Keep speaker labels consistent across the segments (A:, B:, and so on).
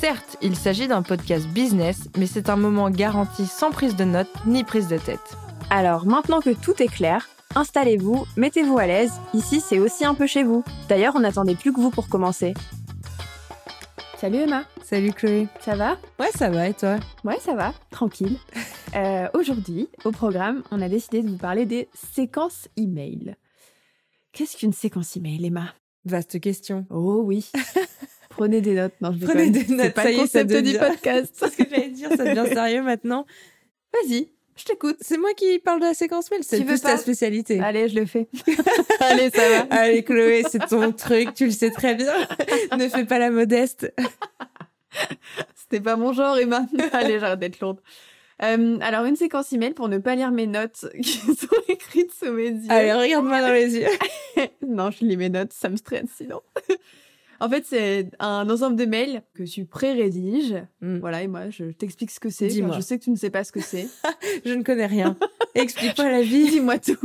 A: Certes, il s'agit d'un podcast business, mais c'est un moment garanti sans prise de notes ni prise de tête.
B: Alors maintenant que tout est clair, installez-vous, mettez-vous à l'aise, ici c'est aussi un peu chez vous. D'ailleurs, on n'attendait plus que vous pour commencer. Salut Emma,
A: Salut Chloé.
B: ça va
A: Ouais, ça va et toi
B: Ouais, ça va, tranquille. Euh, Aujourd'hui, au programme, on a décidé de vous parler des séquences email. Qu'est-ce qu'une séquence email, Emma
A: Vaste question.
B: Oh oui. Prenez des notes. Non, je déconne.
A: Prenez des
B: C'est
A: notes,
B: pas
A: ça
B: le
A: y est, ça
B: concept du
A: devient.
B: podcast.
A: ce que j'allais dire, ça devient sérieux maintenant.
B: Vas-y, je t'écoute.
A: C'est moi qui parle de la séquence mail, c'est
B: Tu veux
A: plus ta
B: pas
A: spécialité.
B: Allez, je le fais. Allez, ça va.
A: Allez Chloé, c'est ton truc, tu le sais très bien. ne fais pas la modeste.
B: C'était pas mon genre, Emma. Allez, j'arrête d'être lourde. Euh, alors, une séquence email pour ne pas lire mes notes qui sont écrites sous mes yeux.
A: Allez, regarde-moi dans les yeux.
B: non, je lis mes notes, ça me stresse sinon. en fait, c'est un ensemble de mails que tu pré-rédiges.
A: Mm.
B: Voilà, et moi, je t'explique ce que c'est.
A: Dis-moi.
B: car Je sais que tu ne sais pas ce que c'est.
A: Je ne connais rien. Explique-moi la vie.
B: Dis-moi tout.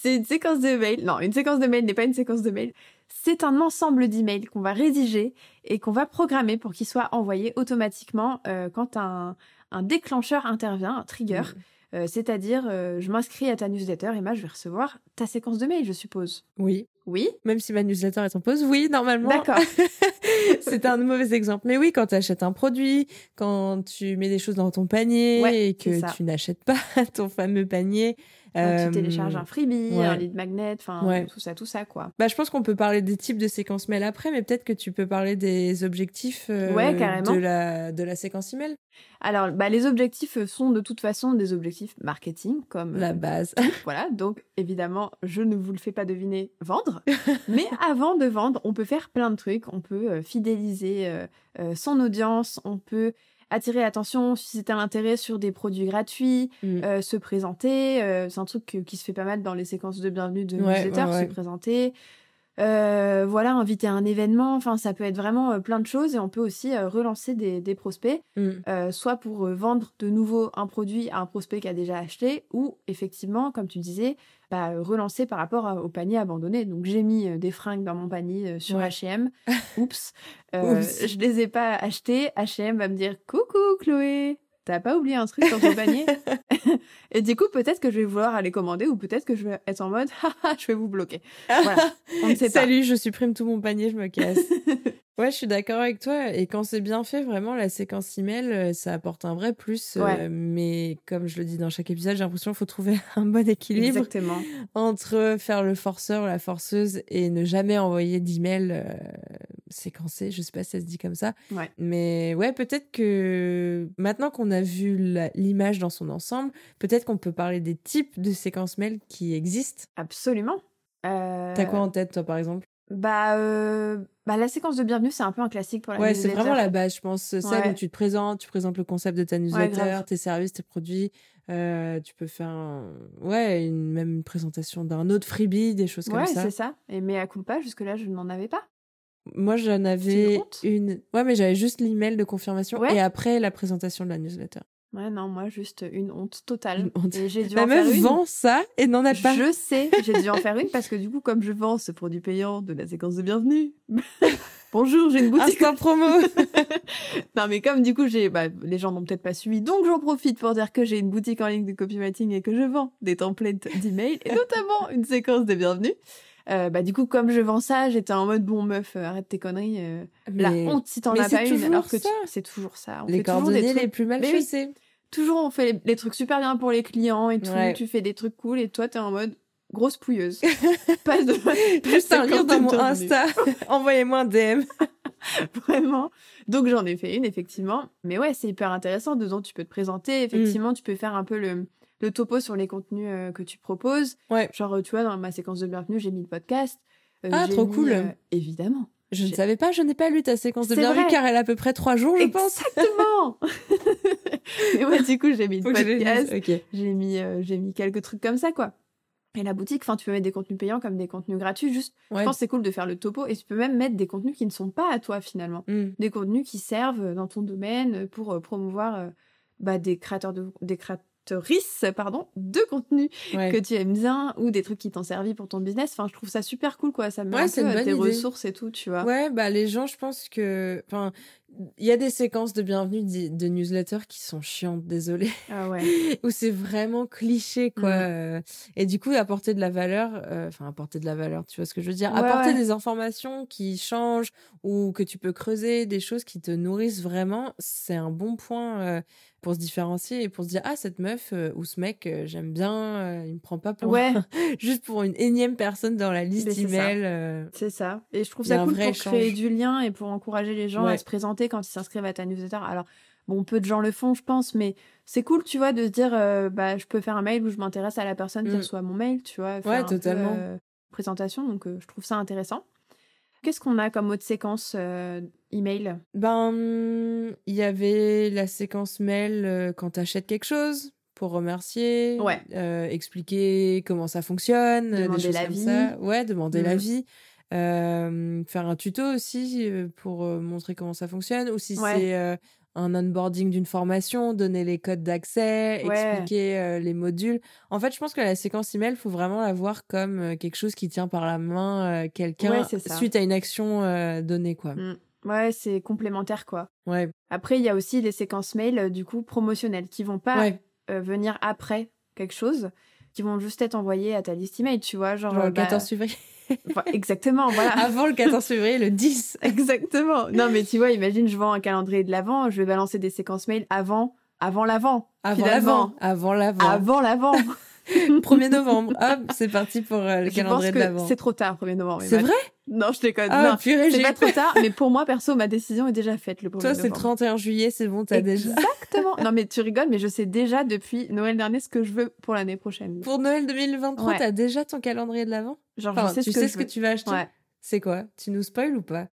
B: c'est une séquence de mails. Non, une séquence de mails n'est pas une séquence de mails. C'est un ensemble d'emails qu'on va rédiger et qu'on va programmer pour qu'ils soient envoyés automatiquement euh, quand un, un déclencheur intervient, un trigger. Euh, C'est-à-dire, euh, je m'inscris à ta newsletter, Emma, je vais recevoir ta séquence de mails, je suppose.
A: Oui,
B: Oui
A: même si ma newsletter est en pause, oui, normalement.
B: D'accord.
A: C'est un mauvais exemple. Mais oui, quand tu achètes un produit, quand tu mets des choses dans ton panier
B: Ouais,
A: et
B: c'est
A: que
B: ça.
A: tu n'achètes pas ton fameux panier.
B: Quand
A: euh,
B: tu télécharges un freebie,
A: ouais.
B: un lead magnet, enfin,
A: Ouais.
B: tout ça, tout ça, quoi.
A: Bah, je pense qu'on peut parler des types de séquences mail après, mais peut-être que tu peux parler des objectifs euh,
B: Ouais, carrément.
A: de, la, de la séquence email.
B: Alors, bah, les objectifs euh, sont de toute façon des objectifs marketing, comme
A: La base.
B: Voilà, donc évidemment, je ne vous le fais pas deviner, vendre. Mais avant de vendre, on peut faire plein de trucs. On peut euh, fidéliser euh, euh, son audience, on peut attirer l'attention, susciter l'intérêt sur des produits gratuits,
A: Mm.
B: euh, se présenter. euh, c'est un truc que- qui se fait pas mal dans les séquences de bienvenue de
A: Ouais,
B: newsletter,
A: ouais, ouais.
B: se présenter. Euh, voilà, inviter à un événement. Enfin, ça peut être vraiment euh, plein de choses et on peut aussi euh, relancer des- des prospects
A: Mm.
B: euh, soit pour euh, vendre de nouveau un produit à un prospect qui a déjà acheté, ou effectivement, comme tu disais, bah, euh, relancer par rapport à- au panier abandonné. Donc j'ai mis euh, des fringues dans mon panier euh, sur
A: Ouais.
B: H&M. Oups, euh,
A: Oups.
B: je les ai pas achetées. H&M va me dire coucou Chloé. T'as pas oublié un truc dans ton panier Et du coup, peut-être que je vais vouloir aller commander ou peut-être que je vais être en mode, haha, je vais vous bloquer. Voilà, on ne sait pas.
A: Salut, je supprime tout mon panier, je me casse. ouais, je suis d'accord avec toi. Et quand c'est bien fait, vraiment, la séquence email, euh, ça apporte un vrai plus. euh,
B: Ouais.
A: mais comme je le dis dans chaque épisode, j'ai l'impression qu'il faut trouver un bon équilibre
B: Exactement.
A: entre faire le forceur ou la forceuse et ne jamais envoyer d'email euh, séquencé. Je sais pas si ça se dit comme ça.
B: Ouais.
A: Mais ouais, peut-être que maintenant qu'on a vu la- l'image dans son ensemble, peut-être qu'on peut parler des types de séquences mail qui existent.
B: Absolument. Euh,
A: T'as quoi en tête, toi, par exemple
B: Bah, euh, bah, la séquence de bienvenue, c'est un peu un classique pour la
A: Ouais, c'est
B: newsletter.
A: vraiment la base, je pense. Celle
B: Ouais.
A: où tu te présentes, tu présentes le concept de ta newsletter,
B: grave.
A: tes services, tes produits. Euh, tu peux faire un- ouais, une, même une présentation d'un autre freebie, des choses
B: Ouais,
A: comme ça.
B: c'est ça. Et mais à culpa, jusque-là, je n'en avais pas.
A: Moi, j'en
B: le
A: avais
B: comptes
A: une. Ouais, mais j'avais juste l'email de confirmation
B: Ouais.
A: et après la présentation de la newsletter.
B: Ouais, non, moi, juste une honte totale.
A: Une honte.
B: Et j'ai dû
A: La
B: en faire
A: meuf
B: une.
A: vend ça et n'en a pas.
B: Je sais, j'ai dû en faire une parce que du coup, comme je vends ce produit payant de la séquence de bienvenue, bonjour, j'ai une boutique.
A: Instant Ah, promo.
B: non, mais comme du coup, j'ai, bah, les gens n'ont peut-être pas suivi, donc j'en profite pour dire que j'ai une boutique en ligne de copywriting et que je vends des templates d'email et notamment une séquence de bienvenue. Euh, bah, du coup, comme je vends ça, j'étais en mode bon meuf, euh, arrête tes conneries. euh, La honte si t'en
A: mais
B: as
A: c'est
B: pas une,
A: toujours
B: alors que tu-
A: ça.
B: c'est toujours ça. On
A: les
B: fait toujours des
A: coordonnées
B: trucs
A: les plus mal
B: Mais oui.
A: chaussées.
B: toujours on fait les, les trucs super bien pour les clients et tout,
A: Ouais.
B: tu fais des trucs cool et toi t'es en mode grosse pouilleuse. pas de pas
A: Juste
B: de
A: un lien dans mon
B: contenu.
A: Insta. Envoyez-moi un DM.
B: vraiment. Donc j'en ai fait une effectivement, mais ouais, c'est hyper intéressant dedans tu peux te
A: Mm.
B: présenter, effectivement, tu peux faire un peu le le topo sur les contenus euh, que tu proposes.
A: Ouais.
B: Genre euh, tu vois dans ma séquence de bienvenue, j'ai mis le podcast. euh,
A: Ah,
B: j'ai
A: trop
B: mis,
A: cool.
B: évidemment.
A: Je ne
B: J'ai-
A: savais pas, je n'ai pas lu ta séquence de
B: C'est
A: bienvenue
B: vrai.
A: car elle a à peu près trois jours, je pense.
B: Exactement. Et ouais, du coup, j'ai mis le
A: Faut que je les
B: podcast.
A: lise. Ok.
B: j'ai mis euh, j'ai mis quelques trucs comme ça quoi. Et la boutique, enfin tu peux mettre des contenus payants comme des contenus gratuits, juste
A: Ouais.
B: je pense que c'est cool de faire le topo et tu peux même mettre des contenus qui ne sont pas à toi finalement,
A: Mm.
B: des contenus qui servent euh, dans ton domaine euh, pour euh, promouvoir euh, bah, des créateurs de des créatrices pardon de contenus
A: Ouais.
B: que tu aimes bien ou des trucs qui t'ont servi pour ton business. Enfin je trouve ça super cool quoi, ça me met
A: Ouais,
B: un
A: c'est
B: peu
A: une
B: à
A: bonne
B: tes
A: idée.
B: ressources et tout tu vois.
A: Ouais, bah les gens, je pense que, enfin, il y a des séquences de bienvenue di- de newsletters qui sont chiantes, désolée,
B: Ah ouais.
A: où c'est vraiment cliché, quoi.
B: Mm.
A: euh, Et du coup, apporter de la valeur, euh, enfin apporter de la valeur, tu vois ce que je veux dire
B: Ouais,
A: Apporter
B: ouais.
A: des informations qui changent ou que tu peux creuser, des choses qui te nourrissent vraiment, c'est un bon point euh, pour se différencier et pour se dire ah cette meuf euh, ou ce mec, euh, j'aime bien, euh, il me prend pas pour
B: Ouais,
A: juste pour une énième personne dans la liste
B: Mais Ben, c'est ça.
A: email. euh,
B: c'est ça. Et je trouve
A: Il y a
B: ça
A: un
B: cool pour
A: vrai échange.
B: créer du lien et pour encourager les gens
A: Ouais.
B: à se présenter quand ils s'inscrivent à ta newsletter. Alors, bon, peu de gens le font, je pense, mais c'est cool, tu vois, de se dire, euh, bah, je peux faire un mail où je m'intéresse à la personne qui
A: Mm.
B: reçoit mon mail, tu vois. faire
A: Ouais,
B: un peu,
A: totalement.
B: euh, présentation, donc euh, je trouve ça intéressant. Qu'est-ce qu'on a comme autre séquence euh, email
A: Ben, il y avait la séquence mail euh, quand t'achètes quelque chose pour remercier,
B: Ouais.
A: euh, expliquer comment ça fonctionne, euh,
B: Demander
A: des choses comme
B: l'avis.
A: ça. Ouais, demander
B: Mhm.
A: l'avis. Euh, faire un tuto aussi euh, pour euh, montrer comment ça fonctionne. Ou si
B: Ouais.
A: c'est euh, un onboarding d'une formation, donner les codes d'accès,
B: Ouais.
A: expliquer euh, les modules. En fait, je pense que la séquence email, faut vraiment la voir comme euh, quelque chose qui tient par la main euh, quelqu'un
B: Ouais, c'est ça.
A: suite à une action euh, donnée, quoi.
B: Mm. Ouais, c'est complémentaire, quoi.
A: Ouais,
B: Après, il y a aussi les séquences mail, euh, du coup, promotionnelles, qui vont pas
A: ouais.
B: euh, venir après quelque chose, qui vont juste être envoyées à ta liste email, tu vois. Genre,
A: Genre
B: euh,
A: le
B: bah,
A: 14 février.
B: Enfin, exactement, voilà.
A: Avant le 14 février, le 10.
B: exactement. Non, mais tu vois, imagine, je vends un calendrier de l'avant, je vais balancer des séquences mail avant, avant l'avant,
A: Avant l'avant.
B: Finalement. Ah
A: Avant l'avant.
B: avant l'avant.
A: 1er novembre. Hop, c'est parti pour euh, le
B: je pense
A: calendrier de
B: que
A: l'avant.
B: c'est trop tard, 1er novembre. mais
A: C'est
B: bref.
A: vrai
B: Non, je déconne.
A: Ah,
B: non,
A: purée, j'ai
B: c'est
A: eu
B: pas trop
A: peur.
B: tard, mais pour moi, perso, ma décision est déjà faite le 1er
A: Toi, c'est le
B: novembre.
A: 31 juillet, c'est bon, t'as déjà.
B: Exactement. Non, mais tu rigoles, mais je sais déjà depuis Noël dernier ce que je veux pour l'année prochaine.
A: Pour Noël 2023,
B: Ouais.
A: t'as déjà ton calendrier de l'avant
B: Genre,
A: Enfin,
B: je sais
A: tu
B: ce que
A: sais
B: je
A: ce que
B: veux.
A: tu vas acheter
B: Ouais.
A: C'est quoi Tu nous spoil ou pas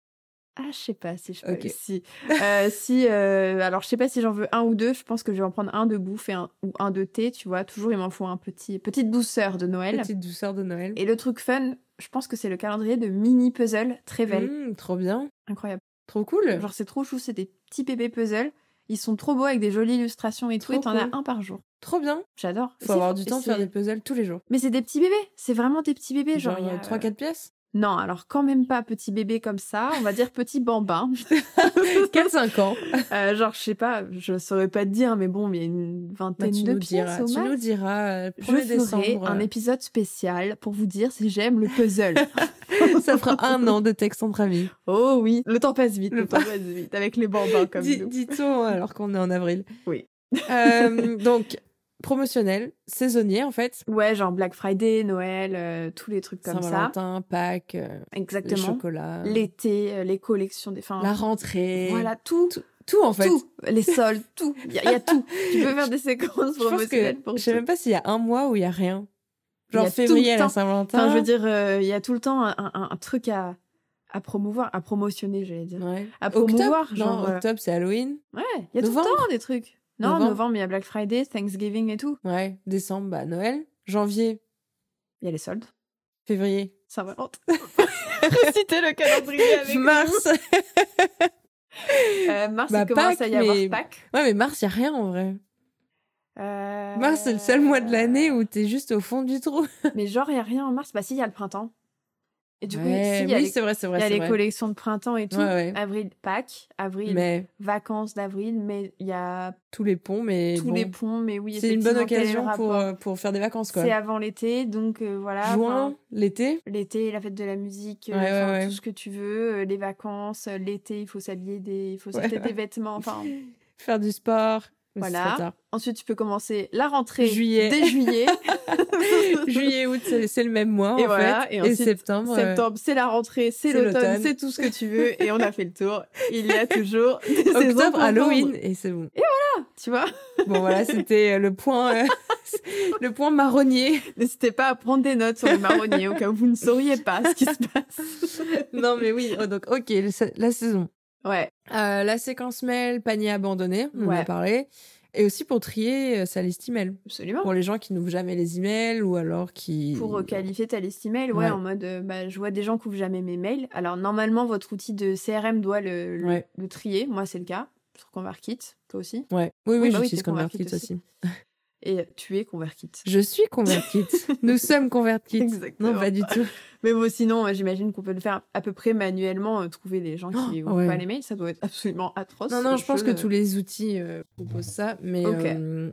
B: Ah, je sais pas si je peux.
A: Ok.
B: Si, Euh, si euh, alors je sais pas si j'en veux un ou deux. Je pense que je vais en prendre un de bouffe et un, ou un de thé. Tu vois, toujours il m'en faut un petit, petite douceur de Noël.
A: Petite douceur de Noël.
B: Et le truc fun, je pense que c'est le calendrier de mini puzzle très belle,
A: Mmh, trop bien.
B: incroyable.
A: Trop cool.
B: Genre c'est trop chou, c'est des petits bébés puzzles. Ils sont trop beaux avec des jolies illustrations et tout.
A: Trop
B: Et t'en
A: cool.
B: as un par jour.
A: Trop bien.
B: J'adore.
A: Faut
B: C'est-
A: avoir du temps de
B: c'est-
A: faire des puzzles tous les jours.
B: Mais c'est des petits bébés. C'est vraiment des petits bébés. Genre,
A: Genre, euh,
B: il y a, euh,
A: 3-4 pièces
B: Non, alors quand même pas petit bébé comme ça. On va dire petit bambin.
A: 4-5 ans.
B: Euh, genre, je sais pas, je saurais pas te dire, mais bon, il y a une
A: Bah,
B: vingtaine
A: tu,
B: de
A: nous
B: pièces
A: diras,
B: au
A: tu
B: max.
A: nous diras. euh,
B: Je
A: 1er
B: ferai
A: décembre. euh,
B: un épisode spécial pour vous dire si j'aime le puzzle.
A: Ça fera un an de texte entre amis.
B: Oh oui, le temps passe vite,
A: Le
B: le, temps passe vite, avec les bambins comme
A: Dis-
B: nous.
A: Dit-on alors qu'on est en avril.
B: Oui.
A: Euh, donc, promotionnel, saisonnier en fait.
B: Ouais, genre Black Friday, Noël, euh, tous les trucs comme ça.
A: Saint-Valentin, Pâques, euh, les
B: Exactement.
A: chocolats,
B: L'été, euh, les collections des... Enfin,
A: la rentrée.
B: voilà, tout, tout,
A: Tout en fait.
B: les soldes, tout. Il y, a- y a tout. Tu peux faire des séquences
A: Je pense
B: promotionnelles
A: que
B: pour
A: je sais
B: tout.
A: même pas s'il y a un mois où il y a rien.
B: Il y a
A: Genre
B: tout le
A: février à la
B: temps.
A: Saint-Valentin.
B: Enfin, je veux dire, euh, il y a tout le temps un, un- un truc à, à promouvoir, à promotionner, j'allais dire.
A: Ouais.
B: à promouvoir,
A: Octobre,
B: genre, euh.
A: non,
B: voilà.
A: octobre c'est Halloween.
B: Ouais, il y a tout le
A: Novembre.
B: temps des trucs. Non,
A: Novembre.
B: novembre, il y a Black Friday, Thanksgiving et tout.
A: Ouais. Décembre, bah Noël. Janvier,
B: Il y a les soldes.
A: février,
B: Saint-Valentin. Réciter le calendrier avec
A: mars.
B: nous. Euh, mars,
A: Bah,
B: il commence à
A: Pâques,
B: y avoir
A: mais-
B: Pâques.
A: ouais, mais mars, il y a rien en vrai.
B: Euh,
A: Mars, c'est le seul mois de l'année où t'es juste au fond du trou.
B: Mais genre, il n'y a rien en mars. Bah si, il y a le printemps. Et du coup,
A: Ouais,
B: ici, il y a,
A: oui,
B: les,
A: c'est vrai, c'est vrai.
B: il y a
A: c'est
B: les
A: vrai.
B: collections de printemps et tout. ah
A: Ouais, ouais.
B: Avril, Pâques, avril,
A: Mais
B: vacances d'avril, mais il y a
A: tous les ponts, mais
B: tous
A: bon.
B: les ponts, mais oui,
A: c'est une bonne
B: effectivement, quel est le
A: occasion pour,
B: rapport
A: euh, pour faire des vacances, quoi.
B: C'est avant l'été, donc euh, voilà.
A: Juin,
B: enfin,
A: l'été.
B: L'été, la fête de la musique, euh,
A: Ouais, ouais,
B: enfin,
A: ouais.
B: tout ce que tu veux, euh, les vacances, euh, l'été, il faut s'habiller des, il faut
A: Ouais,
B: s'acheter des vêtements. Enfin,
A: Faire du sport. Mais c'est
B: Voilà.
A: trop tard.
B: ensuite tu peux commencer la rentrée
A: Juillet.
B: dès juillet,
A: Juillet, août, c'est c'est le même mois,
B: Et
A: en
B: voilà,
A: fait.
B: et ensuite,
A: septembre. euh,
B: septembre, c'est la rentrée, c'est
A: c'est
B: l'automne,
A: l'automne.
B: c'est tout ce que tu veux, et on a fait le tour. Il y a toujours des saisons pour
A: Octobre,
B: prendre,
A: Halloween, et c'est bon.
B: tu vois.
A: Bon, voilà, c'était euh, le point, euh, le point marronnier.
B: N'hésitez pas à prendre des notes sur les marronniers au cas où vous ne sauriez pas ce qui se passe.
A: Non, mais oui, oh, donc, ok, le sa- la saison.
B: Ouais,
A: Euh, la séquence mail, panier abandonné, on en
B: Ouais.
A: a parlé. Et aussi pour trier euh, sa liste email.
B: absolument.
A: Pour les gens qui n'ouvrent jamais les emails ou alors qui.
B: Pour euh, qualifier ta liste email, ouais,
A: Ouais.
B: en mode, euh, bah, je vois des gens qui ouvrent jamais mes mails. Alors normalement, votre outil de CRM doit le, le,
A: Ouais.
B: le trier. Moi, c'est le cas sur ConvertKit, toi aussi.
A: Ouais. Oui, oui,
B: Oui, bah oui,
A: j'utilise
B: t'es convertite
A: ConvertKit
B: aussi.
A: aussi.
B: Et tu es ConvertKit.
A: Je suis ConvertKit. Nous sommes ConvertKit.
B: Exactement.
A: Non, pas du tout.
B: Mais bon, sinon, euh, j'imagine qu'on peut le faire à peu près manuellement, euh, trouver les gens qui
A: Oh,
B: ouvrent
A: ouais.
B: pas les mails. Ça doit être absolument atroce.
A: Non, non, je pense que tous
B: les...
A: les outils euh, proposent ça, mais.
B: Ok.
A: euh,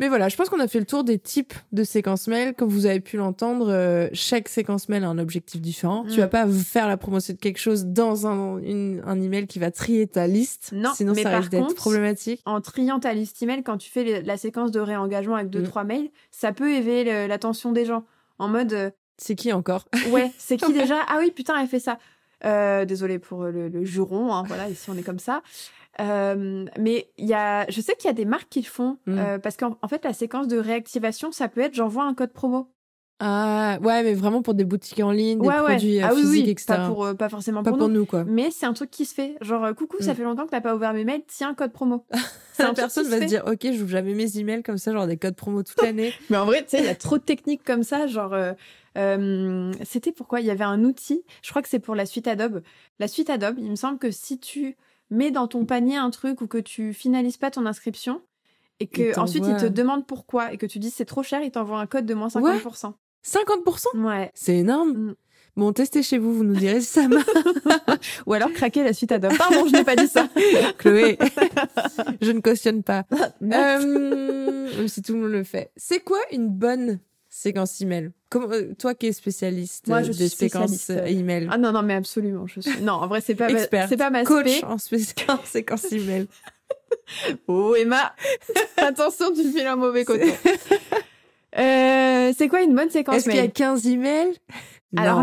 A: Mais voilà, je pense qu'on a fait le tour des types de séquences mail. Comme vous avez pu l'entendre, euh, chaque séquence mail a un objectif différent.
B: Mm.
A: Tu vas pas faire la promotion de quelque chose dans un, une- un email qui va trier ta liste.
B: Non,
A: sinon
B: mais
A: ça
B: par
A: risque d'être
B: contre-
A: problématique.
B: En triant ta liste email, quand tu fais les- la séquence de réengagement avec deux,
A: Mm.
B: trois mails, ça peut éveiller le- l'attention des gens. En mode, euh,
A: C'est qui encore
B: Ouais, c'est qui déjà Ah oui, putain, elle fait ça. Euh, désolée pour le, le juron, hein, voilà, ici on est comme ça. Euh, mais il y a, je sais qu'il y a des marques qui le font,
A: Mm.
B: euh, parce qu'en en fait, la séquence de réactivation, ça peut être j'envoie un code promo.
A: Ah, ouais, mais vraiment pour des boutiques en ligne, des produits euh,
B: Ah oui,
A: physiques,
B: oui,
A: etc.
B: pas, pour, euh, pas forcément
A: Pas
B: pour,
A: pour
B: nous.
A: nous, quoi.
B: Mais c'est un truc qui se fait. Genre, euh, coucou, ça
A: Mm.
B: fait longtemps que t'as pas ouvert mes mails, tiens, code promo. C'est un
A: La
B: truc
A: personne
B: qui
A: va se
B: fait.
A: dire, ok, j'ouvre jamais mes emails comme ça, genre des codes promo toute l'année.
B: Mais en vrai, tu sais, il y a trop de techniques comme ça. Genre, euh, euh, c'était pourquoi il y avait un outil. Je crois que c'est pour la suite Adobe. La suite Adobe, il me semble que si tu mets dans ton panier un truc ou que tu finalises pas ton inscription et que
A: Il
B: ensuite il
A: t'envoie-
B: te demande pourquoi et que tu dis c'est trop cher, il t'envoie un code de moins 50%.
A: 50%
B: Ouais.
A: C'est énorme.
B: Mm.
A: Bon, testez chez vous, vous nous direz si ça marche,
B: Ou alors craquer la suite Adobe. Pardon, je n'ai pas dit ça.
A: Chloé. Je ne cautionne pas. Euh, même si tout le monde le fait. C'est quoi une bonne séquence email Comment- euh, Toi qui es spécialiste
B: Moi,
A: euh,
B: je
A: des
B: suis spécialiste,
A: séquences euh, email,
B: Ah non non mais absolument. Je suis... Non, en vrai c'est pas ma...
A: Experte,
B: c'est pas ma
A: coach
B: spé.
A: en, spé- en séquence email.
B: Oh Emma, attention tu files un mauvais coton. Euh, c'est quoi une bonne séquence
A: Est-ce qu'il y a
B: mail
A: 15 emails
B: Alors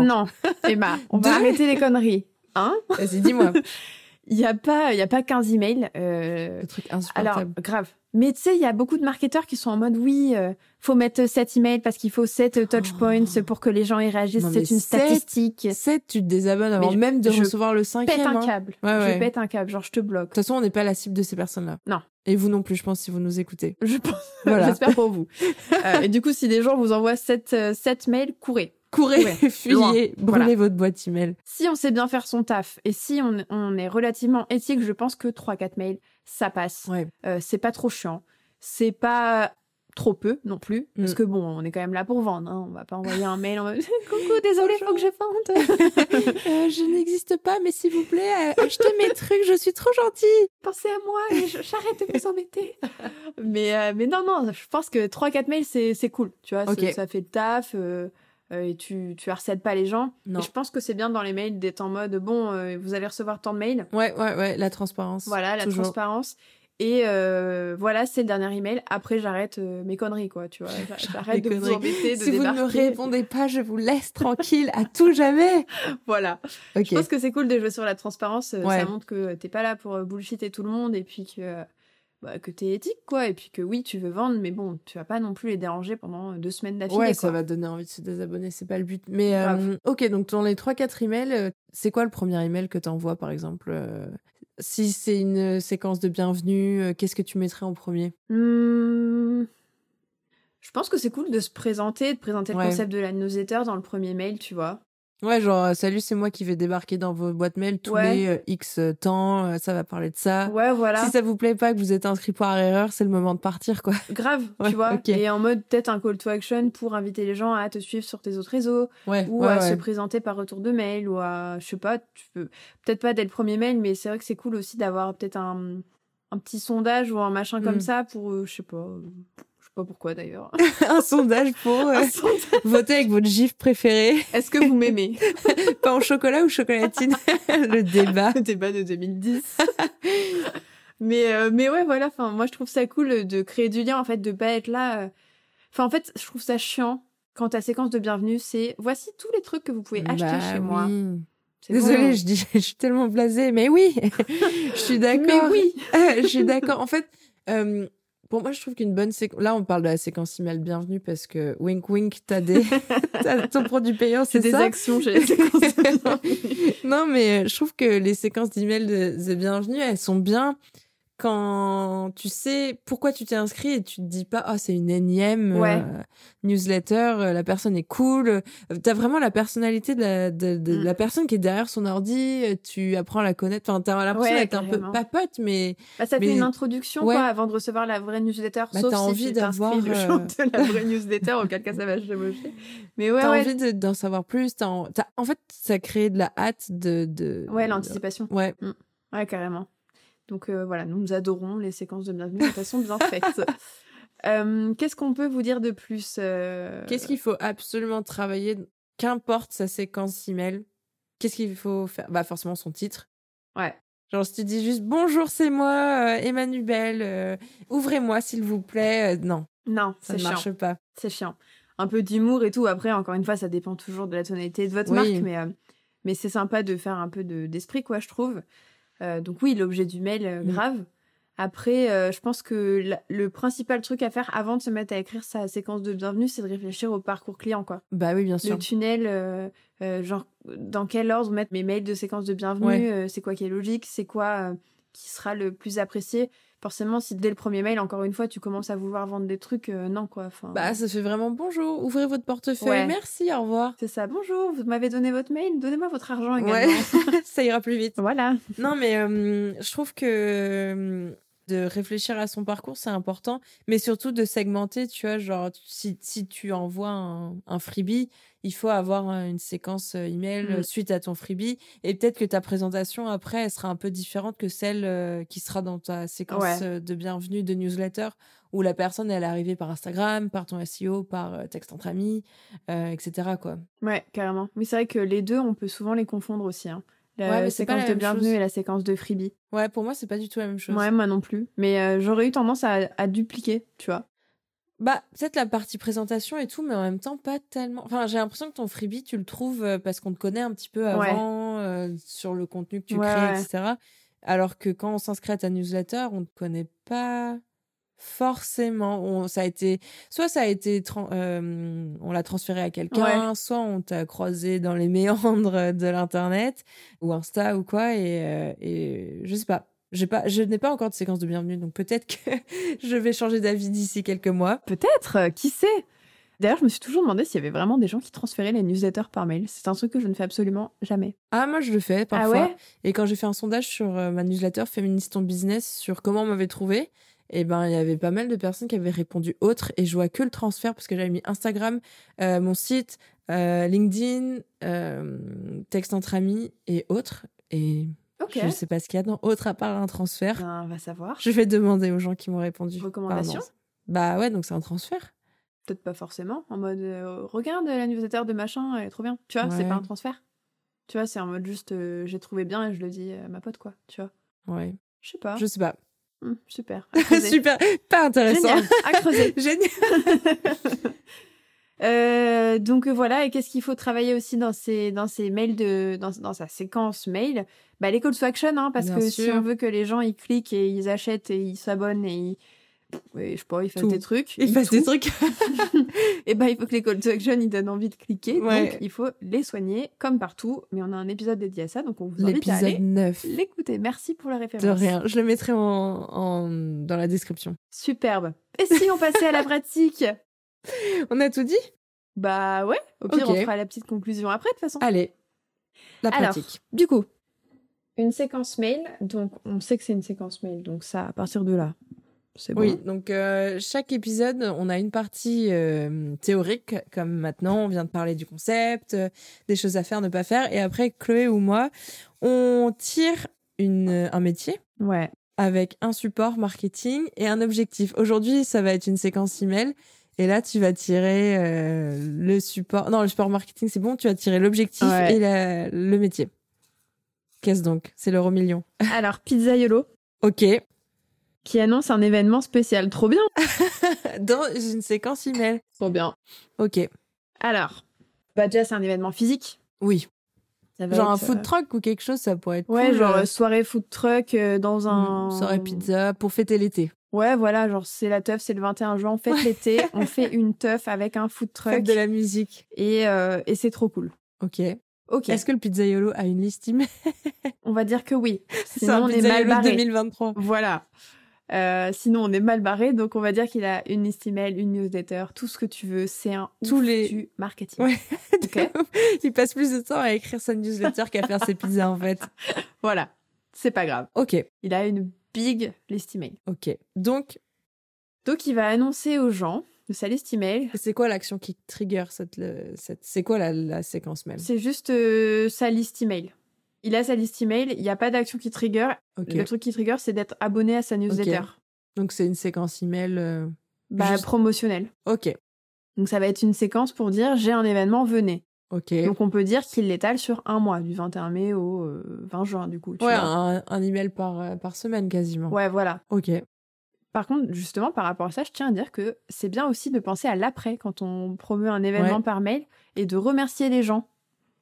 B: non, Emma, on va
A: Deux.
B: arrêter les conneries. Hein
A: Vas-y, dis-moi.
B: Il n'y a pas, il y a pas 15 emails. euh,
A: Le truc
B: Alors
A: insupportable.
B: grave. Mais tu sais, il y a beaucoup de marketeurs qui sont en mode oui, euh, faut mettre 7 emails parce qu'il faut 7 touch points pour que les gens y réagissent.
A: Non, mais
B: C'est une
A: sept,
B: statistique.
A: 7, tu te désabonnes avant
B: je-
A: même de
B: je
A: recevoir le
B: Pète
A: cinquième.
B: un
A: hein.
B: câble.
A: Ouais,
B: Je
A: ouais.
B: pète un câble, genre je te
A: De
B: bloque.
A: toute façon, on n'est pas la cible de ces personnes-là.
B: Non.
A: Et vous non plus, je pense, si vous nous écoutez.
B: Je pense.
A: Voilà.
B: J'espère pour vous. Euh, et du coup, si des gens vous envoient 7, mails, courez.
A: Courez,
B: Ouais.
A: fuyez,
B: Loin.
A: brûlez
B: Voilà.
A: votre boîte email.
B: Si on sait bien faire son taf et si on, on est relativement éthique, je pense que 3-4 mails, ça passe.
A: Ouais.
B: Euh, c'est pas trop chiant, c'est pas trop peu non plus, parce
A: Mm.
B: que bon, on est quand même là pour vendre, hein. on va pas envoyer un mail en mode coucou, désolé, faut que je vende.
A: Euh, je n'existe pas, mais s'il vous plaît, euh, achetez mes trucs, je suis trop gentille.
B: Pensez à moi, et je- j'arrête de vous embêter. mais, euh, mais non, non, je pense que 3-4 mails, c'est c'est cool, tu vois,
A: Ok.
B: ça- ça fait le taf. euh, euh, et tu, tu harcèles pas les gens.
A: Non.
B: Et je pense que c'est bien dans les mails d'être en mode bon, euh, vous allez recevoir tant de mails.
A: Ouais, ouais, ouais, la transparence.
B: Voilà, la
A: toujours.
B: transparence. Et euh, voilà, c'est le dernier email. Après, j'arrête euh, mes conneries, quoi. Tu vois, J'a- j'arrête de
A: mes
B: vous
A: conneries.
B: embêter, de
A: Si vous ne me
B: débarquer.
A: répondez pas, je vous laisse tranquille à tout jamais.
B: Voilà.
A: Ok.
B: Je pense que c'est cool de jouer sur la transparence. euh,
A: Ouais.
B: Ça montre que t'es pas là pour euh, bullshitter tout le monde et puis que euh, bah, que t'es éthique, quoi. Et puis que oui, tu veux vendre, mais bon, tu vas pas non plus les déranger pendant euh, deux semaines d'affilée.
A: Ouais, ça
B: quoi.
A: va donner envie de se désabonner, c'est pas le but. Mais euh,
B: Grave.
A: ok, donc dans les 3-4 emails, euh, c'est quoi le premier email que t'envoies par exemple euh, Si c'est une séquence de bienvenue, euh, qu'est-ce que tu mettrais en premier
B: Hmm. Je pense que c'est cool de se présenter, de présenter
A: Ouais.
B: le concept de la newsletter dans le premier mail, tu vois.
A: Ouais, genre, euh, salut, c'est moi qui vais débarquer dans vos boîtes mail tous
B: Ouais.
A: les euh, X temps, euh, ça va parler de ça.
B: Ouais, voilà.
A: Si ça vous plaît pas, que vous êtes inscrit par erreur, c'est le moment de partir, quoi.
B: Grave,
A: Ouais,
B: tu vois.
A: ok.
B: Et en mode peut-être un call to action pour inviter les gens à te suivre sur tes autres réseaux
A: Ouais,
B: ou
A: ouais,
B: à
A: ouais.
B: se présenter par retour de mail ou à, je sais pas, tu peux... peut-être pas dès le premier mail, mais c'est vrai que c'est cool aussi d'avoir peut-être un, un petit sondage ou un machin
A: Mm.
B: comme ça pour, euh, je sais pas, euh, je sais pas pourquoi d'ailleurs.
A: un sondage pour euh,
B: Un sondage.
A: voter avec votre gif préféré.
B: Est-ce que vous m'aimez
A: Pain au chocolat ou chocolatine Le débat.
B: Le débat de 2010. mais, euh, mais ouais, voilà, enfin, moi je trouve ça cool de créer du lien, en fait, de pas être là. euh. Enfin, en fait, je trouve ça chiant quand ta séquence de bienvenue, c'est voici tous les trucs que vous pouvez acheter
A: Bah
B: chez moi.
A: oui.
B: C'est
A: Désolée,
B: bon.
A: je, dis, je suis tellement blasée, mais oui, je suis
B: Mais
A: d'accord. Euh,
B: oui
A: je suis d'accord. En fait, euh, pour moi, je trouve qu'une bonne séquence. Là, on parle de la séquence email bienvenue parce que wink wink, t'as des. t'as ton produit payant,
B: C'est
A: c'est
B: des
A: ça.
B: actions chez les séquences de bienvenue.
A: non, mais euh, je trouve que les séquences d'email de The Bienvenue, elles sont bien quand tu sais pourquoi tu t'es inscrit et tu te dis pas, oh, c'est une énième euh,
B: Ouais.
A: newsletter, euh, la personne est cool. Euh, T'as vraiment la personnalité de la, de, de
B: Mm.
A: la personne qui est derrière son ordi, euh, tu apprends à la connaître. Enfin, t'as l'impression
B: Ouais,
A: d'être un peu
B: carrément.
A: papote, mais
B: Bah, ça te
A: Mais-
B: fait une introduction
A: Ouais.
B: quoi, avant de recevoir la vraie newsletter.
A: Bah,
B: sauf
A: t'as
B: si
A: envie
B: tu
A: d'avoir,
B: t'inscris le
A: euh,
B: jour de la vraie newsletter, auquel cas ça va chevaucher. Mais ouais,
A: t'as
B: ouais,
A: envie de- d'en savoir plus. t'as en... t'as- en fait, ça crée de la hâte de. de...
B: ouais l'anticipation.
A: Ouais,
B: Ouais, carrément. Donc euh, voilà, nous adorons les séquences de bienvenue de façon bien faite. Euh, Qu'est-ce qu'on peut vous dire de plus euh,
A: Qu'est-ce qu'il faut absolument travailler, qu'importe sa séquence email Qu'est-ce qu'il faut faire Bah forcément son titre.
B: Ouais.
A: Genre si tu dis juste bonjour, c'est moi, euh, Emma Nubel, euh, ouvrez-moi s'il vous plaît. Euh, non,
B: Non,
A: ça
B: c'est
A: ne
B: chiant.
A: marche pas.
B: C'est chiant. Un peu d'humour et tout. Après, encore une fois, ça dépend toujours de la tonalité de votre
A: Oui.
B: marque, mais, euh, mais c'est sympa de faire un peu de- d'esprit, quoi, je trouve. Euh, donc oui, l'objet du mail, euh,
A: Mm.
B: grave. Après, euh, je pense que la- le principal truc à faire avant de se mettre à écrire sa séquence de bienvenue, c'est de réfléchir au parcours client, quoi.
A: Bah oui, bien sûr.
B: le tunnel, euh, euh, genre dans quel ordre mettre mes mails de séquence de bienvenue,
A: Ouais.
B: euh, c'est quoi qui est logique, c'est quoi euh, qui sera le plus apprécié. Forcément, si dès le premier mail, encore une fois, tu commences à vouloir vendre des trucs, euh, non quoi. Enfin,
A: Bah ça fait vraiment bonjour, ouvrez votre portefeuille,
B: Ouais.
A: merci, au revoir.
B: c'est ça. Bonjour, vous m'avez donné votre mail, donnez-moi votre argent également.
A: Ouais, ça ira plus vite.
B: voilà.
A: Non, mais euh, je trouve que euh, de réfléchir à son parcours, c'est important, mais surtout de segmenter, tu vois, genre, tu- si, si tu envoies un, un freebie, il faut avoir euh, une séquence euh, email euh,
B: Mm.
A: suite à ton freebie, et peut-être que ta présentation après, elle sera un peu différente que celle euh, qui sera dans ta séquence
B: Ouais.
A: euh, de bienvenue de newsletter, où la personne, elle est arrivée par Instagram, par ton SEO, par euh, texte entre amis, euh, etc., quoi.
B: Ouais, carrément. Mais c'est vrai que les deux, on peut souvent les confondre aussi. hein. La
A: Ouais, mais c'est pas
B: séquence
A: la
B: de
A: même
B: bienvenue
A: chose.
B: et la séquence de freebie.
A: Ouais, pour moi, c'est pas du tout la même chose.
B: Ouais, moi non plus. Mais euh, j'aurais eu tendance à, à dupliquer, tu vois.
A: Bah, peut-être la partie présentation et tout, mais en même temps, pas tellement. Enfin, j'ai l'impression que ton freebie, tu le trouves euh, parce qu'on te connaît un petit peu
B: Ouais.
A: avant, euh, sur le contenu que tu
B: Ouais,
A: crées,
B: ouais.
A: etc. Alors que quand on s'inscrit à ta newsletter, on ne te connaît pas forcément. On, ça a été, soit ça a été, tran- euh, on l'a transféré à quelqu'un, soit on t'a croisé dans les méandres de l'Internet ou Insta ou quoi, et, euh, et je sais pas. J'ai pas, je n'ai pas encore de séquence de bienvenue, donc peut-être que je vais changer d'avis d'ici quelques mois.
B: Peut-être, euh, qui sait D'ailleurs, je me suis toujours demandé s'il y avait vraiment des gens qui transféraient les newsletters par mail. C'est un truc que je ne fais absolument jamais.
A: Ah, moi, je le fais parfois.
B: Ah ouais
A: Et quand j'ai fait un sondage sur euh, ma newsletter Féministe ton business sur comment on m'avait trouvé, et ben, il y avait pas mal de personnes qui avaient répondu autre et je vois que le transfert parce que j'avais mis Instagram, euh, mon site, euh, LinkedIn, euh, texte entre amis et autres. Et
B: Ok.
A: je sais pas ce qu'il y a dans autre à part un transfert.
B: Ben, on va savoir.
A: Je vais demander aux gens qui m'ont répondu.
B: Recommandation
A: Pardon. Bah ouais, donc c'est un transfert.
B: Peut-être pas forcément. En mode, euh, regarde la newsletter de machin, elle est trop bien. Tu vois, c'est
A: Ouais.
B: pas un transfert. Tu vois, c'est en mode juste, euh, j'ai trouvé bien et je le dis à ma pote, quoi. Tu vois.
A: Ouais.
B: Je sais pas.
A: Je sais pas.
B: Hum, super. À creuser.
A: Super. Pas intéressant.
B: Génial. À creuser.
A: Génial.
B: Euh, donc euh, voilà, et qu'est-ce qu'il faut travailler aussi dans ces, dans ces mails de, dans, dans sa séquence mail bah, Les calls to action, hein, parce
A: Bien
B: que si
A: sûr.
B: on veut que les gens ils cliquent et ils achètent et ils s'abonnent et ils. et je sais pas, ils fassent
A: Tout.
B: des trucs.
A: Il passe des
B: tout.
A: trucs.
B: Et bah, il faut que les call to action ils donnent envie de cliquer.
A: Ouais.
B: Donc il faut les soigner, comme partout. Mais on a un épisode dédié à ça, donc on vous invite à
A: L'épisode
B: aller
A: 9.
B: l'écouter. Merci pour la référence.
A: De rien, je le mettrai en, en- dans la description.
B: Superbe. Et si on passait à la pratique
A: On a tout dit
B: Bah ouais, au pire,
A: Ok.
B: on fera la petite conclusion après, de toute façon.
A: Allez, la
B: Alors.
A: pratique. du coup,
B: Une séquence mail, donc on sait que c'est une séquence mail, donc ça, à partir de là, c'est bon.
A: Oui, donc euh, chaque épisode, on a une partie euh, théorique, comme maintenant, on vient de parler du concept, euh, des choses à faire, ne pas faire. Et après, Chloé ou moi, on tire une, euh, un métier
B: Ouais.
A: avec un support marketing et un objectif. Aujourd'hui, ça va être une séquence email. Et là, tu vas tirer euh, le support. Non, le support marketing, c'est bon. Tu vas tirer l'objectif
B: Ouais.
A: et la- le métier. Qu'est-ce donc C'est l'euro million.
B: Alors, Pizzaiolo,
A: Ok.
B: qui annonce un événement spécial. Trop bien
A: Dans une séquence email.
B: Trop bien.
A: Ok.
B: Alors, bah déjà, c'est un événement physique.
A: Oui.
B: Ça va
A: Genre un
B: être,
A: food
B: euh,
A: truck ou quelque chose, ça pourrait être.
B: Ouais,
A: cool,
B: genre
A: euh, Mm,
B: euh, soirée food truck euh, dans un...
A: soirée pizza pour fêter l'été.
B: Ouais, voilà, genre c'est la teuf, c'est le 21 juin, on fête l'été, on fait une teuf avec un food truck
A: Fête de la musique.
B: et, euh, et c'est trop cool.
A: Ok.
B: Ok,
A: Est-ce que le pizzaiolo a une liste email
B: on va dire que oui,
A: C'est un
B: sinon on est mal
A: pizzaiolo
B: barré.
A: 2023.
B: Voilà. Euh, sinon on est mal barré, donc on va dire qu'il a une liste email, une newsletter, tout ce que tu veux, c'est un
A: Tous
B: ouf
A: les-
B: du marketing.
A: Ouais.
B: Ok.
A: Il passe plus de temps à écrire sa newsletter qu'à faire ses pizzas en fait.
B: Voilà, c'est pas grave.
A: Ok,
B: Il a une big liste email.
A: ok. Donc,
B: Donc il va annoncer aux gens de sa liste email.
A: c'est quoi l'action qui trigger cette, le- cette- c'est quoi la, la séquence même
B: C'est juste euh, sa liste email. Il a sa liste email, il n'y a pas d'action qui trigger,
A: Ok.
B: Le truc qui trigger, c'est d'être abonné à sa newsletter.
A: Donc c'est une séquence email. euh,
B: Bah,
A: juste-
B: promotionnelle.
A: Ok,
B: Donc ça va être une séquence pour dire j'ai un événement, venez.
A: ok.
B: Donc on peut dire qu'il l'étale sur un mois, du 21 mai au euh, 20 juin du coup. tu
A: ouais,
B: vois.
A: un, un email par euh, par semaine quasiment.
B: Ouais, voilà.
A: Ok.
B: Par contre, justement, par rapport à ça, je tiens à dire que c'est bien aussi de penser à l'après quand on promeut un événement
A: Ouais.
B: par mail et de remercier les gens.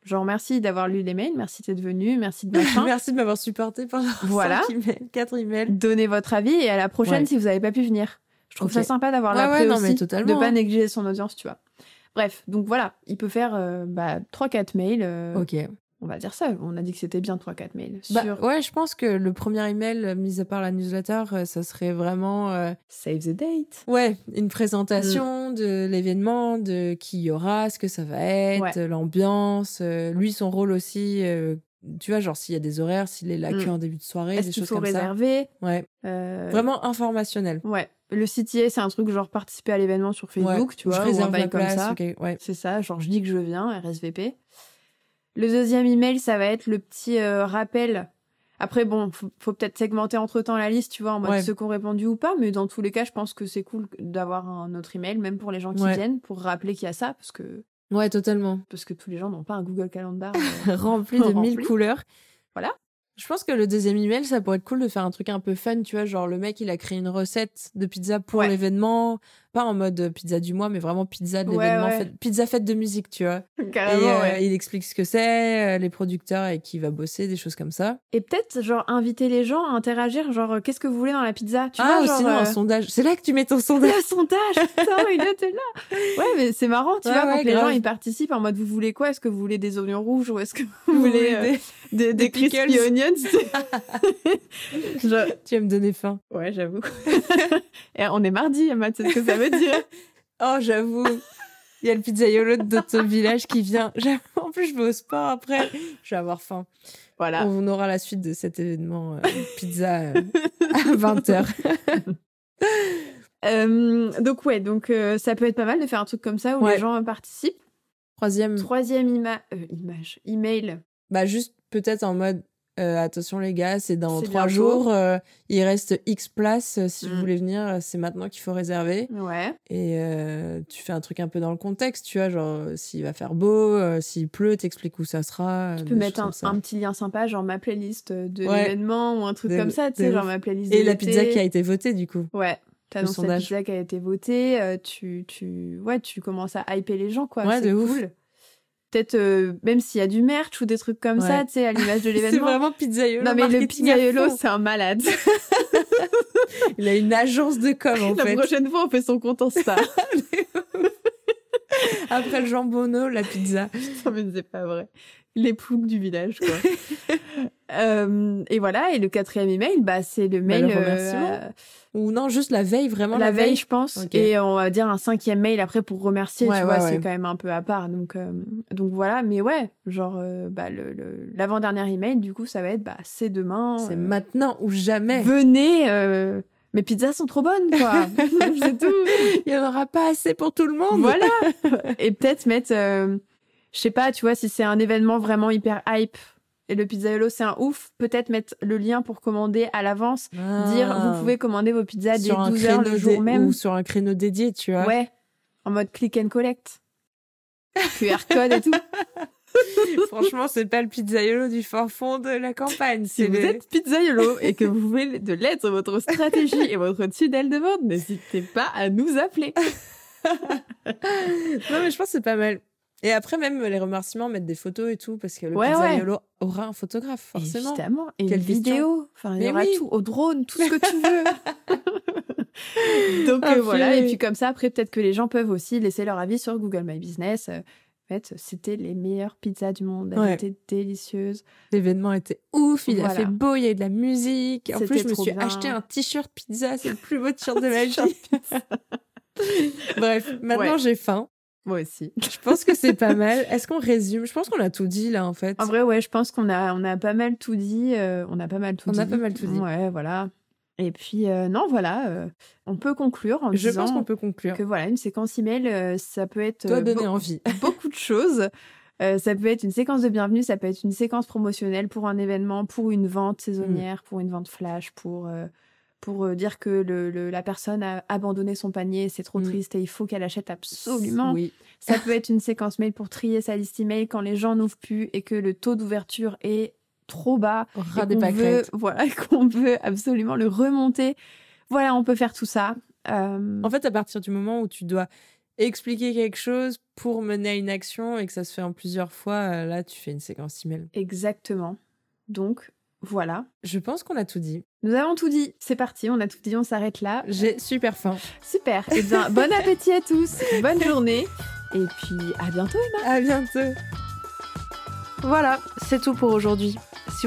B: Genre merci d'avoir lu les mails, merci d'être venu, merci de machin.
A: Merci de m'avoir supporté pendant
B: Voilà.
A: 5 emails, 4 emails.
B: Donnez votre avis et à la prochaine
A: Ouais.
B: si vous n'avez pas pu venir. Je trouve
A: Ok.
B: ça sympa d'avoir
A: Ouais,
B: l'après
A: ouais, non,
B: aussi,
A: mais totalement,
B: de pas
A: hein.
B: négliger son audience, tu vois. Bref, donc voilà, il peut faire euh, bah, 3-4 mails, euh,
A: Ok.
B: on va dire ça, on a dit que c'était bien 3-4 mails,
A: Bah,
B: sur
A: ouais, je pense que le premier email, euh, mis à part la newsletter, euh, ça serait vraiment euh,
B: Save the Date.
A: Ouais, une présentation
B: Mm.
A: de l'événement, de qui il y aura, ce que ça va être, l'ambiance, euh, lui son rôle aussi. euh, tu vois, genre s'il y a des horaires, s'il est là
B: Mm.
A: que en début de soirée,
B: Est-ce
A: des
B: qu'il
A: choses
B: faut
A: comme
B: réserver
A: ça. Ouais,
B: Euh,
A: vraiment informationnel.
B: Ouais, le CTA, c'est un truc genre participer à l'événement sur Facebook,
A: Ouais,
B: tu vois,
A: je
B: ou un
A: réserve
B: bail
A: ma
B: comme
A: place.
B: ça.
A: ok, ouais.
B: C'est ça, genre je dis que je viens, RSVP. Le deuxième email, ça va être le petit euh, rappel. Après, bon, faut, faut peut-être segmenter entre-temps la liste, tu vois, en mode
A: Ouais.
B: ceux qui ont répondu ou pas, mais dans tous les cas, je pense que c'est cool d'avoir un autre email, même pour les gens qui
A: Ouais.
B: viennent, pour rappeler qu'il y a ça, parce que,
A: ouais, totalement.
B: parce que tous les gens n'ont pas un Google Calendar. euh.
A: Rempli de mille
B: Rempli.
A: couleurs.
B: Voilà.
A: Je pense que le deuxième email, ça pourrait être cool de faire un truc un peu fun, tu vois, genre le mec, il a créé une recette de pizza pour
B: Ouais.
A: l'événement, pas en mode euh, pizza du mois, mais vraiment pizza de
B: Ouais,
A: l'événement,
B: ouais.
A: fête- pizza fête de musique, tu vois. Et
B: Carrément,
A: euh,
B: Ah ouais.
A: il explique ce que c'est, euh, les producteurs avec qui il va bosser, des choses comme ça.
B: Et peut-être, genre, inviter les gens à interagir, genre, euh, qu'est-ce que vous voulez dans la pizza, tu
A: ah,
B: vois,
A: ou
B: genre,
A: sinon
B: euh,
A: un sondage. C'est là que tu mets ton sondage.
B: Le sondage, putain, il était là. Ouais, mais c'est marrant, tu
A: Ouais,
B: vois,
A: ouais,
B: quand les
A: grave.
B: gens ils participent en mode vous voulez quoi Est-ce que vous voulez des oignons rouges ou est-ce que vous voulez euh, des, des,
A: des
B: crispy
A: pickles.
B: onions tu sais. Genre,
A: Tu vas me donner faim.
B: Ouais, j'avoue. Et on est mardi, Emma, c'est ce que ça veut dire.
A: Oh, j'avoue. Il y a le pizzaiolo de notre village qui vient. J'avoue, En plus, je vais au sport après. Je vais avoir faim.
B: Voilà.
A: On aura la suite de cet événement euh, pizza euh, à 20h.
B: Euh, donc ouais, donc euh, ça peut être pas mal de faire un truc comme ça où
A: Ouais. Mm.
B: les gens euh, participent.
A: Troisième,
B: Troisième ima- euh, image, email.
A: bah juste peut-être en mode euh, attention les gars, c'est dans
B: C'est
A: trois
B: bientôt.
A: jours, euh, il reste X places. euh, Si
B: Mm.
A: vous voulez venir, euh, c'est maintenant qu'il faut réserver.
B: Ouais.
A: Et euh, tu fais un truc un peu dans le contexte, tu vois, genre euh, s'il va faire beau, euh, s'il pleut, t'expliques où ça sera. euh,
B: Tu peux mettre un, un petit lien sympa, genre ma playlist de
A: Ouais.
B: l'événement ou un truc
A: De-
B: comme ça, tu
A: de
B: sais, genre
A: ouf.
B: ma playlist
A: Et
B: de
A: la
B: l'été.
A: pizza qui a été votée du coup.
B: Ouais. T'annonces la
A: sondage.
B: pizza qui a été votée, euh, tu, tu, ouais, tu commences à hyper les gens, quoi.
A: Ouais,
B: c'est
A: de ouf.
B: cool. Peut-être, euh, même s'il y a du merch ou des trucs comme
A: Ouais.
B: ça, tu sais, à l'image de
A: C'est
B: l'événement.
A: vraiment pizzaiolo.
B: Non, mais le
A: marketing à
B: pizzaiolo,
A: fond.
B: c'est un malade.
A: il a une agence de com en
B: la
A: fait.
B: prochaine fois, on fait son compte en star.
A: Après le jambonneau, la pizza.
B: Putain, mais c'est pas vrai. Les ploucs du village, quoi. Euh, et voilà, et le quatrième email, bah, c'est le mail.
A: le remerciement.
B: euh,
A: Ou non, juste la veille, vraiment
B: la veille, je pense.
A: Ok.
B: Et on va dire un cinquième mail après pour remercier,
A: Ouais,
B: tu vois,
A: ouais,
B: c'est
A: ouais.
B: quand même un peu à part. Donc, euh, donc voilà, mais ouais, genre, euh, bah, le- le- l'avant-dernier email, du coup, ça va être, bah, c'est demain.
A: C'est
B: euh,
A: maintenant ou jamais.
B: Venez, euh, mes pizzas sont trop bonnes, quoi. c'est tout.
A: Il n'y en aura pas assez pour tout le monde.
B: Voilà. Et peut-être mettre, euh, je sais pas, tu vois, si c'est un événement vraiment hyper hype et le pizzaïolo c'est un ouf, peut-être mettre le lien pour commander à l'avance, dire vous pouvez commander vos pizzas
A: Ah.
B: dès
A: sur un
B: 12 heures
A: créneau
B: le jour
A: dé-
B: même.
A: ou sur un créneau dédié, tu vois.
B: Ouais, en mode click and collect. QR code et tout.
A: Franchement, c'est pas le pizzaiolo du fort fond de la campagne.
B: Si
A: c'est
B: vous
A: le-
B: êtes pizzaiolo et que vous voulez de l'aide sur votre stratégie et votre tunnel de vente, n'hésitez pas à nous appeler.
A: Non, mais je pense que c'est pas mal. Et après, même les remerciements, mettre des photos et tout, parce que le
B: Ouais, ouais.
A: pizzaiolo aura un photographe, forcément.
B: Évidemment. Et
A: Quelle
B: une
A: question.
B: vidéo. Enfin, il y
A: Mais
B: aura
A: oui.
B: tout. Au drone, tout ce que tu veux. Donc
A: Ah,
B: euh, voilà. Et
A: purée.
B: puis comme ça, après, peut-être que les gens peuvent aussi laisser leur avis sur Google My Business. Euh, En fait, c'était les meilleures pizzas du monde. Elles
A: Ouais.
B: étaient délicieuses.
A: L'événement était ouf, il a
B: Voilà.
A: fait beau, il y a eu de la musique. En plus,
B: C'était
A: je me
B: trop
A: suis
B: bien.
A: acheté un t-shirt pizza, c'est le plus beau t-shirt de ma
B: T-shirt
A: vie. Bref, maintenant
B: Ouais.
A: j'ai faim.
B: Moi aussi.
A: Je pense que c'est pas mal. Est-ce qu'on résume Je pense qu'on a tout dit là, en fait.
B: En vrai, ouais, je pense qu'on a, on a pas mal tout dit. euh, on a pas mal tout
A: On
B: dit.
A: a pas mal tout dit.
B: Ouais, voilà. Et puis, euh, non, voilà. euh, on peut conclure en
A: je
B: disant
A: pense qu'on peut conclure.
B: que voilà, une séquence email, euh, ça peut être
A: Toi, hein.
B: euh,
A: donner
B: beau-
A: envie.
B: beaucoup de choses. Euh, ça peut être une séquence de bienvenue, ça peut être une séquence promotionnelle pour un événement, pour une vente saisonnière,
A: Mm.
B: pour une vente flash, pour, euh, pour euh, dire que le, le- la personne a abandonné son panier, c'est trop
A: Mm.
B: triste et il faut qu'elle achète absolument.
A: Oui.
B: Ça peut être une séquence mail pour trier sa liste email quand les gens n'ouvrent plus et que le taux d'ouverture est trop bas.
A: Au
B: et
A: ras des
B: qu'on veut,
A: pâquerettes.
B: voilà, qu'on veut absolument le remonter. Voilà, on peut faire tout ça. Euh,
A: En fait, à partir du moment où tu dois expliquer quelque chose pour mener à une action et que ça se fait en plusieurs fois, euh, là, tu fais une séquence email.
B: Exactement. Donc, voilà.
A: Je pense qu'on a tout dit.
B: Nous avons tout dit. C'est parti, on a tout dit, on s'arrête là.
A: J'ai super faim.
B: Super. Eh bien, bon appétit à tous, bonne journée, et puis à bientôt.
A: À bientôt. Voilà, c'est tout pour aujourd'hui. Si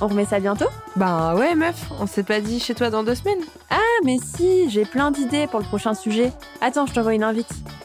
C: on remet ça bientôt
A: Bah ouais meuf, on s'est pas dit chez toi dans deux semaines
C: Ah mais si, j'ai plein d'idées pour le prochain sujet. Attends, je t'envoie une invite.